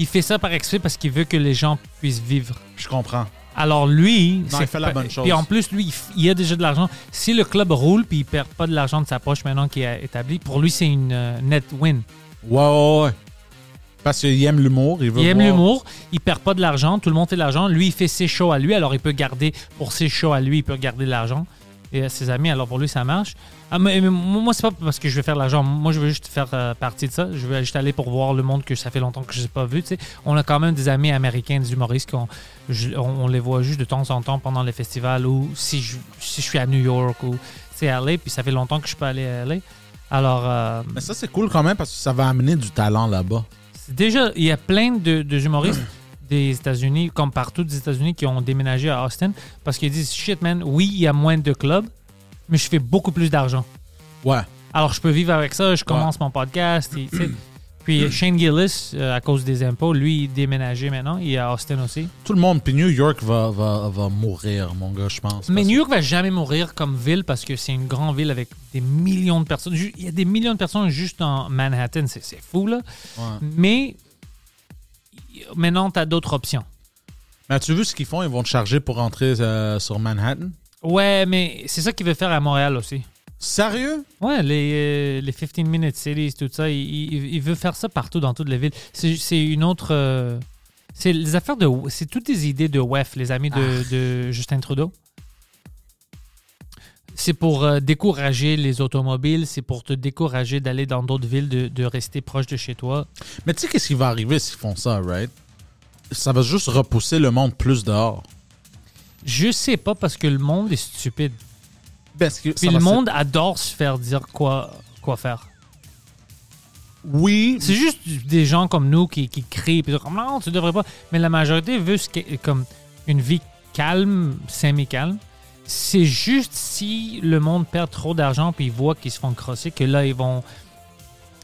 S2: Il fait ça par exprès parce qu'il veut que les gens puissent vivre.
S3: Je comprends.
S2: Alors lui, c'est
S3: il fait la
S2: pas-
S3: bonne chose.
S2: Puis en plus, lui, il f- il a déjà de l'argent. Si le club roule puis il perd pas de l'argent de sa poche maintenant qu'il est établi, pour lui, c'est une euh, net win.
S3: Ouais, ouais, ouais. Parce qu'il aime l'humour, il veut
S2: Il aime
S3: voir-
S2: l'humour, il perd pas de l'argent, tout le monde fait de l'argent. Lui, il fait ses shows à lui, alors il peut garder, pour ses shows à lui, il peut garder de l'argent. Et à ses amis, alors pour lui, ça marche. Ah, mais, mais moi, c'est pas parce que je veux faire de l'argent. Moi, je veux juste faire euh, partie de ça. Je veux juste aller pour voir le monde que ça fait longtemps que je n'ai pas vu. tu sais. On a quand même des amis américains, des humoristes, qu'on, je- on, on les voit juste de temps en temps pendant les festivals ou si je, si je suis à New York ou c'est à LA, puis ça fait longtemps que je peux aller à LA. Alors, euh,
S3: Mais ça, c'est cool quand même parce que ça va amener du talent là-bas.
S2: c'est Déjà, il y a plein de, de humoristes des États-Unis, comme partout des États-Unis, qui ont déménagé à Austin parce qu'ils disent shit, man, oui, il y a moins de clubs, mais je fais beaucoup plus d'argent.
S3: Ouais.
S2: Alors, je peux vivre avec ça, je commence mon podcast. et, tu sais. Puis Shane Gillis, euh, à cause des impôts, lui, il est déménagé maintenant. Il est à Austin aussi.
S3: Tout le monde, puis New York va, va, va mourir, mon gars, je pense.
S2: Mais
S3: Parce-
S2: New York va jamais mourir comme ville parce que c'est une grande ville avec des millions de personnes. Ju- Il y a des millions de personnes juste en Manhattan. C'est c'est fou, là. Mais y- maintenant, tu as d'autres options.
S3: Mais as-tu vu ce qu'ils font? Ils vont te charger pour entrer euh, sur Manhattan.
S2: Ouais, mais c'est ça qu'il veut faire à Montréal aussi.
S3: Sérieux?
S2: Ouais, les, euh, les 15 Minute Cities, tout ça, il, il- il veut faire ça partout dans toutes les villes. C'est c'est une autre. euh, c'est les affaires de. C'est toutes des idées de WEF, les amis de,
S3: Ah.
S2: de Justin Trudeau. C'est pour euh, décourager les automobiles, c'est pour te décourager d'aller dans d'autres villes, de, de rester proche de chez toi.
S3: Mais tu sais qu'est-ce qui va arriver s'ils font ça, right? Ça va juste repousser le monde plus dehors.
S2: Je sais pas parce que le monde est stupide.
S3: Parce que ça
S2: Puis
S3: va
S2: le
S3: se-
S2: monde adore se faire dire quoi, quoi faire.
S3: Oui,
S2: C'est juste du- des gens comme nous qui, qui crient puis comme non, tu devrais pas. Mais la majorité veut ce qu'est- comme une vie calme, semi-calme. C'est juste si le monde perd trop d'argent puis ils voient qu'ils se font crosser que là ils vont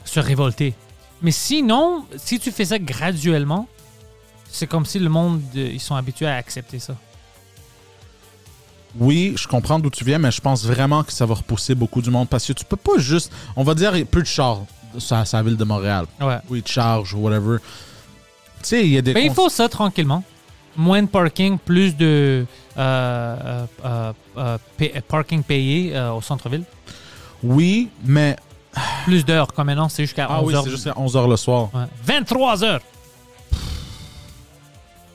S2: se révolter. Mais sinon, si tu fais ça graduellement, c'est comme si le monde euh, ils sont habitués à accepter ça.
S3: Oui, je comprends d'où tu viens, mais je pense vraiment que ça va repousser beaucoup du monde parce que tu peux pas juste. On va dire peu de chars sur sur la ville de Montréal.
S2: Ouais.
S3: Oui, de charge, whatever. Tu sais, il y a des.
S2: Ben, il
S3: cons-
S2: faut ça tranquillement. Moins de parking, plus de euh, euh, euh, euh, pa- parking payé euh, au centre-ville.
S3: Oui, mais.
S2: plus d'heures comme maintenant, c'est jusqu'à
S3: Ah
S2: 11
S3: oui,
S2: heures.
S3: c'est jusqu'à 11h le soir.
S2: Ouais. 23 heures.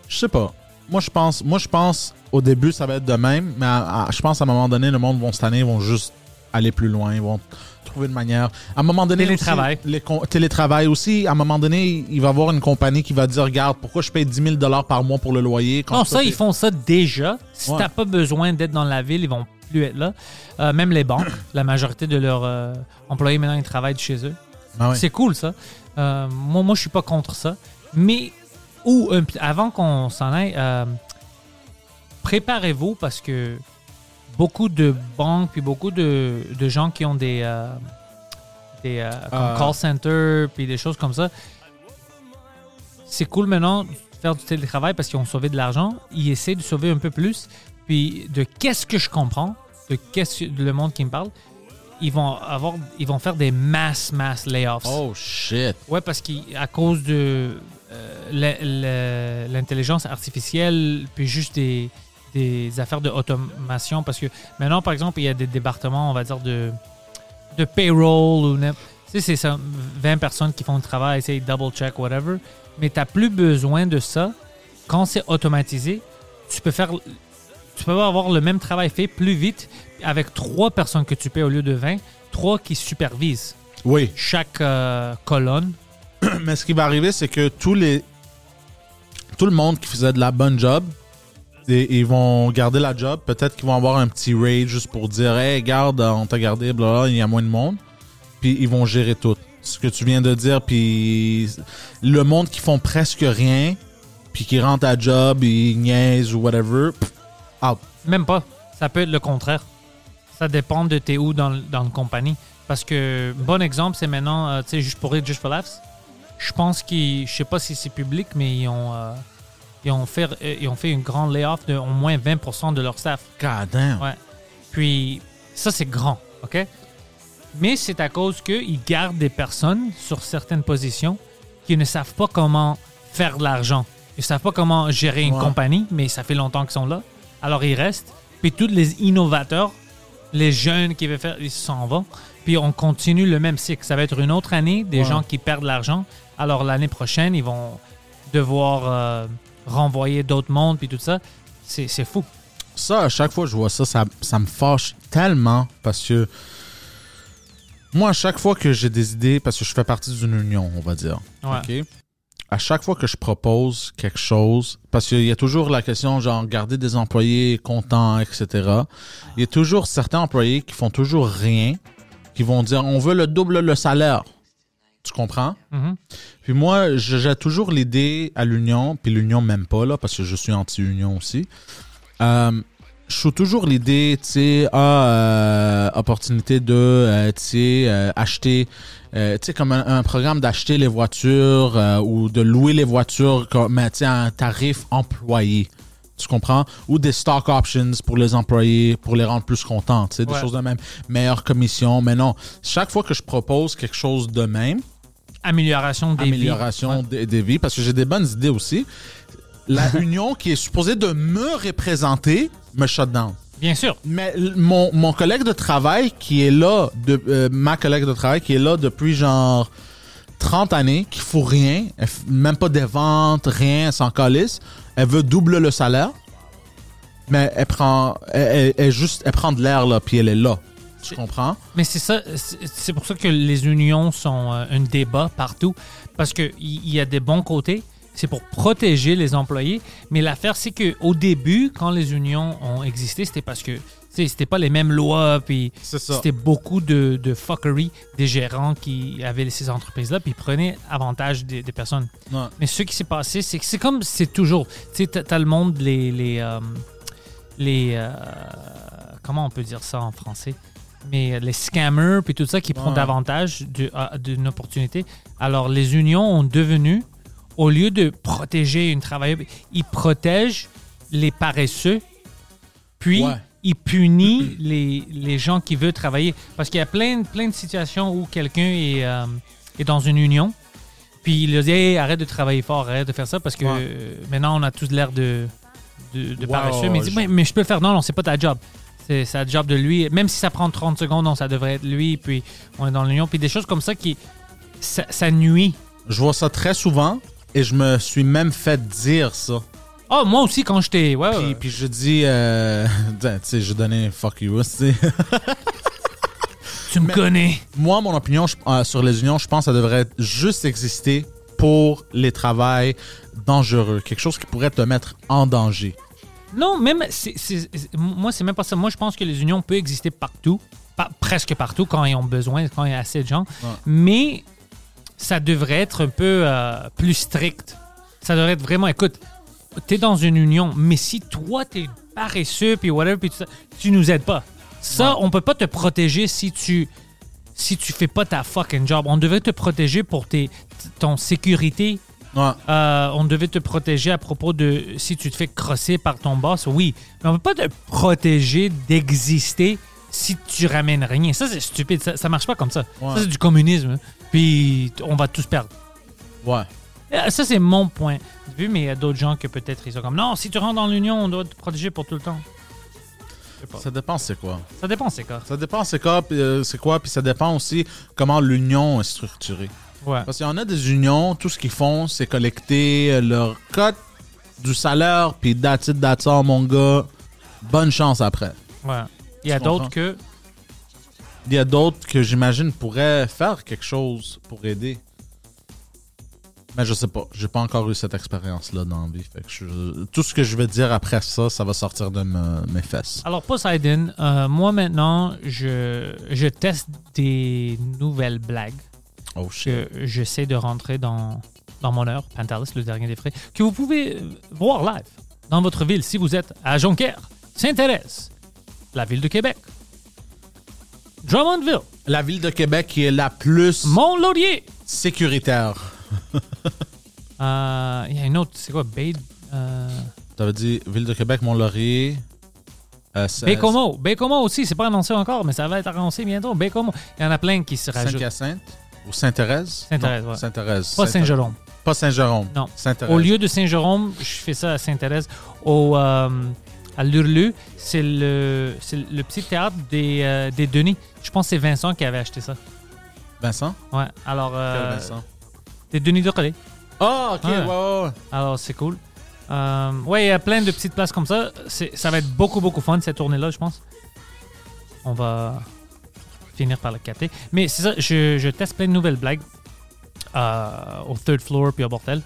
S3: Je sais pas. Moi, je pense, moi, je pense au début, ça va être de même, mais à- à- je pense à un moment donné, le monde vont cette année, ils vont juste aller plus loin, ils vont trouver une manière. À un moment donné, aussi,
S2: Télétravail.
S3: les con- télétravail aussi. À un moment donné, il va y avoir une compagnie qui va dire Regarde, pourquoi je paye 10 000 par mois pour le loyer Comme
S2: Non, ça,
S3: t'es-
S2: ils font ça déjà. Si
S3: Ouais.
S2: t'as pas besoin d'être dans la ville, ils vont plus être là. Euh, même les banques, la majorité de leurs euh, employés, maintenant, ils travaillent de chez eux.
S3: Ah ouais.
S2: C'est cool, ça. Euh, moi, moi, je suis pas contre ça. Mais, ou un p- avant qu'on s'en aille, euh, préparez-vous parce que beaucoup de banques puis beaucoup de, de gens qui ont des, euh, des euh, comme
S3: Euh.
S2: call center puis des choses comme ça, c'est cool maintenant de faire du télétravail parce qu'ils ont sauvé de l'argent. Ils essaient de sauver un peu plus. Puis de qu'est-ce que je comprends, de qu'est-ce que le monde qui me parle, ils vont avoir, ils vont faire des mass mass layoffs.
S3: Oh shit.
S2: Ouais, parce qu'à cause de euh, la- la- l'intelligence artificielle, puis juste des, des affaires de automation, parce que maintenant, par exemple, il y a des départements, on va dire, de, de payroll, ou n'im- tu sais, c'est ça, 20 personnes qui font le travail, essayer double-check, whatever, mais tu n'as plus besoin de ça. Quand c'est automatisé, tu peux faire... Tu peux avoir le même travail fait plus vite avec trois personnes que tu payes au lieu de 20, trois qui supervisent
S3: Oui.
S2: chaque euh, colonne.
S3: Mais ce qui va arriver, c'est que tous les. Tout le monde qui faisait de la bonne job, et- ils vont garder la job. Peut-être qu'ils vont avoir un petit raid juste pour dire Hey, garde, on t'a gardé, blablabla, il y a moins de monde. Puis ils vont gérer tout. Ce que tu viens de dire, puis le monde qui font presque rien, puis qui rentre à job, ils niaisent ou whatever, pff, out.
S2: Même pas. Ça peut être le contraire. Ça dépend de t'es où dans, le- dans le compagnie. Parce que, bon exemple, c'est maintenant, euh, tu sais, juste pour It, Just for Laughs. Je pense qu'ils, je sais pas si c'est public, mais ils ont, euh, ils ont fait, euh, ils ont fait une grande layoff de au moins 20% de leur staff.
S3: God damn.
S2: Ouais. Puis, ça, c'est grand, OK? Mais c'est à cause qu'ils gardent des personnes sur certaines positions qui ne savent pas comment faire de l'argent. Ils ne savent pas comment gérer une
S3: Ouais.
S2: compagnie, mais ça fait longtemps qu'ils sont là. Alors, ils restent. Puis, tous les innovateurs, les jeunes qui veulent faire, ils s'en vont. Puis, on continue le même cycle. Ça va être une autre année des
S3: Ouais.
S2: gens qui perdent de l'argent. Alors, l'année prochaine, ils vont devoir euh, renvoyer d'autres mondes, puis tout ça. C'est c'est fou.
S3: Ça, à chaque fois que je vois ça, ça, ça me fâche tellement parce que moi, à chaque fois que j'ai des idées, parce que je fais partie d'une union, on va dire.
S2: Ouais.
S3: OK? À chaque fois que je propose quelque chose, parce qu'il y a toujours la question, genre, garder des employés contents, etc. Il y a toujours certains employés qui font toujours rien, qui vont dire, on veut le double le salaire. Tu comprends?
S2: Mhm.
S3: Puis moi, je- j'ai toujours l'idée à l'union, puis l'union même pas, là, parce que je suis anti-union aussi. Euh, je suis toujours l'idée, tu sais, ah, euh, opportunité de, euh, tu sais, euh, acheter, euh, tu sais, comme un, un programme d'acheter les voitures euh, ou de louer les voitures, comme, mais, tu sais, à un tarif employé. Tu comprends? Ou des stock options pour les employés, pour les rendre plus contents, tu sais, des
S2: Ouais.
S3: choses de même. Meilleure commission, mais non. Chaque fois que je propose quelque chose de même,
S2: amélioration des vies.
S3: amélioration
S2: Ouais.
S3: des, des vies, parce que j'ai des bonnes idées aussi. La union qui est supposée de me représenter me shut down.
S2: Bien sûr.
S3: Mais l- mon, mon collègue de travail qui est là, de, euh, ma collègue de travail qui est là depuis genre 30 années, qui fout rien, elle f- même pas des ventes, rien, sans calice, elle veut double le salaire, mais elle prend, elle, elle- elle juste, elle prend de l'air là, puis elle est là. Tu comprends?
S2: Mais c'est ça, c'est c'est pour ça que les unions sont euh, un débat partout, parce qu'il y, y a des bons côtés. C'est pour protéger les employés. Mais l'affaire, c'est que au début, quand les unions ont existé, c'était parce que tu sais, c'était pas les mêmes lois, puis
S3: C'est ça.
S2: c'était beaucoup de, de fuckery des gérants qui avaient ces entreprises-là, puis ils prenaient avantage des- des personnes.
S3: Non.
S2: Mais ce qui s'est passé, c'est que c'est comme c'est toujours. Tu sais, t'as t'as le monde, les. Les. euh, les euh, comment on peut dire ça en français Mais euh, les scammers, puis tout ça, qui prennent
S3: Ouais.
S2: davantage de- à- d'une opportunité. Alors, les unions ont devenu, au lieu de protéger une travailleuse, ils protègent les paresseux, puis
S3: Ouais.
S2: ils punissent les, les gens qui veulent travailler. Parce qu'il y a plein, plein de situations où quelqu'un est, euh, est dans une union. Puis il a dit Hey, arrête de travailler fort, arrête de faire ça parce que
S3: Ouais.
S2: euh, maintenant on a tous l'air de, de, de
S3: Wow,
S2: paresseux. Mais il dit
S3: je-
S2: mais, mais je peux le faire. Non, non, c'est pas ta job. C'est c'est la job de lui. Même si ça prend 30 secondes, non, ça devrait être lui. Puis on est dans l'union. Puis des choses comme ça qui. Ça, ça nuit.
S3: Je vois ça très souvent et je me suis même fait dire ça.
S2: Oh, moi aussi, quand j'étais. Ah Ouais, ouais.
S3: ben, Puis, puis je dis, euh, tu sais, je donnais fuck you, tu sais.
S2: Tu me
S3: Mais-
S2: connais.
S3: Moi, mon opinion je- euh, sur les unions, je pense que ça devrait être juste exister pour les travails dangereux. Quelque chose qui pourrait te mettre en danger.
S2: Non, même, c'est- c'est- c'est- moi, c'est même pas ça. Moi, je pense que les unions peuvent exister partout, pas- presque partout, quand ils ont besoin, quand il y a assez de gens. Mais ça devrait être un peu euh, plus strict. Ça devrait être vraiment, écoute, t'es dans une union, mais si toi, t'es paresseux, puis whatever, puis tout ça, tu nous aides pas. Ça, on peut pas te protéger si tu si tu fais pas ta fucking job. On devrait te protéger pour tes, ton sécurité
S3: Ouais.
S2: euh, on devait te protéger à propos de si tu te fais crosser par ton boss, oui. Mais on ne peut pas te protéger d'exister si tu ramènes rien. Ça, c'est stupide. Ça, ça marche pas comme ça.
S3: Ouais.
S2: Ça, c'est du communisme. hein. Puis t- on va tous perdre.
S3: Ouais.
S2: Euh, Ça, c'est mon point de vue, mais il y a d'autres gens que peut-être ils sont comme non, si tu rentres dans l'Union, on doit te protéger pour tout le temps.
S3: Ça dépend c'est quoi.
S2: Ça dépend, c'est quoi.
S3: Ça dépend c'est quoi, puis, euh, c'est quoi, puis ça dépend aussi comment l'union est structurée.
S2: Ouais.
S3: Parce qu'il y en a des unions, tout ce qu'ils font, c'est collecter euh, leur cote du salaire, puis that's it, that's all, mon gars. Bonne chance après.
S2: ouais. Il y a
S3: Je comprends.
S2: d'autres que.
S3: Il y a d'autres que j'imagine pourraient faire quelque chose pour aider. Mais je sais pas. J'ai pas encore eu cette expérience-là dans la vie. Fait que je- tout ce que je vais dire après ça, ça va sortir de me- mes fesses.
S2: Alors, Poseidon, euh, moi maintenant, je, je teste des nouvelles blagues.
S3: Oh shit.
S2: que j'essaie de rentrer dans, dans mon heure, Pantalis, le dernier des frais, que vous pouvez euh, voir live dans votre ville si vous êtes à Jonquière, Sainte-Thérèse, la ville de Québec, Drummondville,
S3: La ville de Québec qui est la plus
S2: Mont-Laurier.
S3: sécuritaire.
S2: Euh, Il y a une autre, c'est quoi, Bay... Euh,
S3: T'avais dit ville de Québec, Mont-Laurier. euh, Sa-
S2: Baie-Comeau. Baie-Comeau aussi, c'est pas annoncé encore, mais ça va être annoncé bientôt. Baie-Comeau. Il y en a plein qui se rajoutent.
S3: Sainte-Hyacinthe ou Sainte-Thérèse?
S2: Sainte-Thérèse,
S3: Non,
S2: ouais.
S3: Sainte-Thérèse.
S2: Pas
S3: Sainte-
S2: Saint-Jérôme.
S3: Pas Saint-Jérôme.
S2: Non.
S3: Sainte-Thérèse.
S2: Au lieu de Saint-Jérôme, je fais ça à Sainte-Thérèse, au, euh, à Lurlu, c'est le, c'est le petit théâtre des, euh, des Denis. Je pense que c'est Vincent qui avait acheté ça.
S3: Vincent?
S2: Ouais, alors, euh,
S3: Quel Vincent?
S2: des Denis de Relais.
S3: Ah, ok,
S2: ouais.
S3: ouais, ouais, ouais.
S2: Alors, c'est cool. Euh, ouais, il y a plein de petites places comme ça. C'est- Ça va être beaucoup, beaucoup fun cette tournée-là, je pense. On va finir par le capter. Mais c'est ça, je, je teste plein de nouvelles blagues euh, au third floor puis au bordel.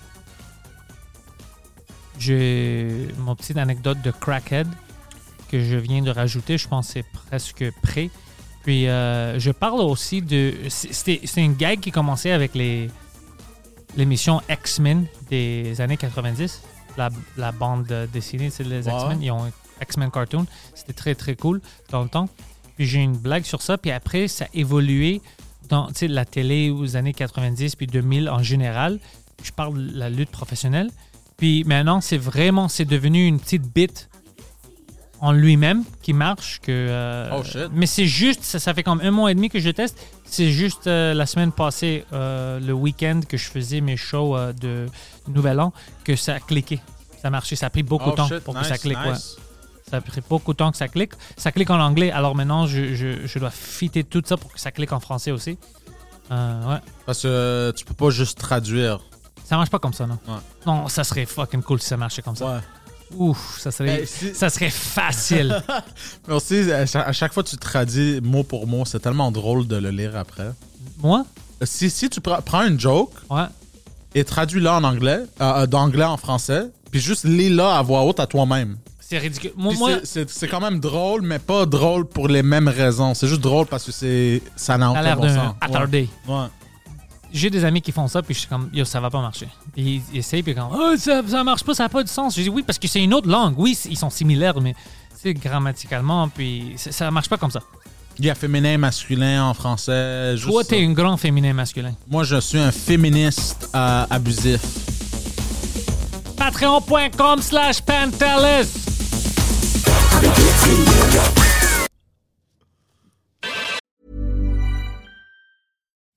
S2: J'ai mon petite anecdote de crackhead que je viens de rajouter. Je pense que c'est presque prêt. Puis euh, je parle aussi de. c'est- C'était c'est une gag qui commençait avec les l'émission X-Men des années 90. La, la bande euh, dessinée, c'est les
S3: Ouais.
S2: X-Men. Ils ont un X-Men cartoon. C'était très, très cool dans le temps. Puis j'ai une blague sur ça. Puis après, ça a évolué dans tu sais, la télé aux années 90 puis 2000 en général. Je parle de la lutte professionnelle. Puis maintenant, c'est vraiment, c'est devenu une petite bite en lui-même qui marche. Que, euh,
S3: Oh, shit.
S2: Mais c'est juste, ça, ça fait comme un mois et demi que je teste. C'est juste euh, la semaine passée, euh, le week-end que je faisais mes shows euh, de Nouvel An, que ça a cliqué. Ça a marché. Ça a pris beaucoup de
S3: Oh,
S2: temps
S3: shit,
S2: pour
S3: nice,
S2: que ça clique. ouais.
S3: nice.
S2: Ça a pris beaucoup de temps que ça clique. Ça clique en anglais, alors maintenant, je, je- je dois fitter tout ça pour que ça clique en français aussi. Euh, ouais.
S3: Parce que euh, tu peux pas juste traduire.
S2: Ça marche pas comme ça, non?
S3: Ouais.
S2: Non, ça serait fucking cool si ça marchait comme ça. Ouf, ça serait,
S3: Eh, si-
S2: ça serait facile.
S3: Mais aussi, à cha- à chaque fois que tu traduis mot pour mot, c'est tellement drôle de le lire après.
S2: Moi?
S3: Si, si tu pre- prends une joke
S2: Ouais.
S3: et traduis-la en anglais, euh, euh, d'anglais en français, puis juste lis-la à voix haute à toi-même.
S2: C'est ridicule. Moi,
S3: Puis
S2: moi,
S3: c'est- c'est c'est quand même drôle, mais pas drôle pour les mêmes raisons. C'est juste drôle parce que c'est ça n'a
S2: ça a
S3: aucun
S2: l'air
S3: bon
S2: d'un
S3: sens.
S2: attardé.
S3: Ouais. Ouais.
S2: J'ai des amis qui font ça, puis je suis comme, yo, ça va pas marcher. Puis ils essayent, puis comme, oh, ça, ça marche pas, ça a pas de sens. Je dis, oui, parce que c'est une autre langue. Oui, c- ils sont similaires, mais c'est grammaticalement, puis c- ça marche pas comme ça.
S3: Il y a féminin, masculin en français. Juste
S2: Toi,
S3: ça.
S2: t'es un grand féminin masculin.
S3: Moi, je suis un féministe euh, abusif.
S2: Patreon.com slash Pantelis.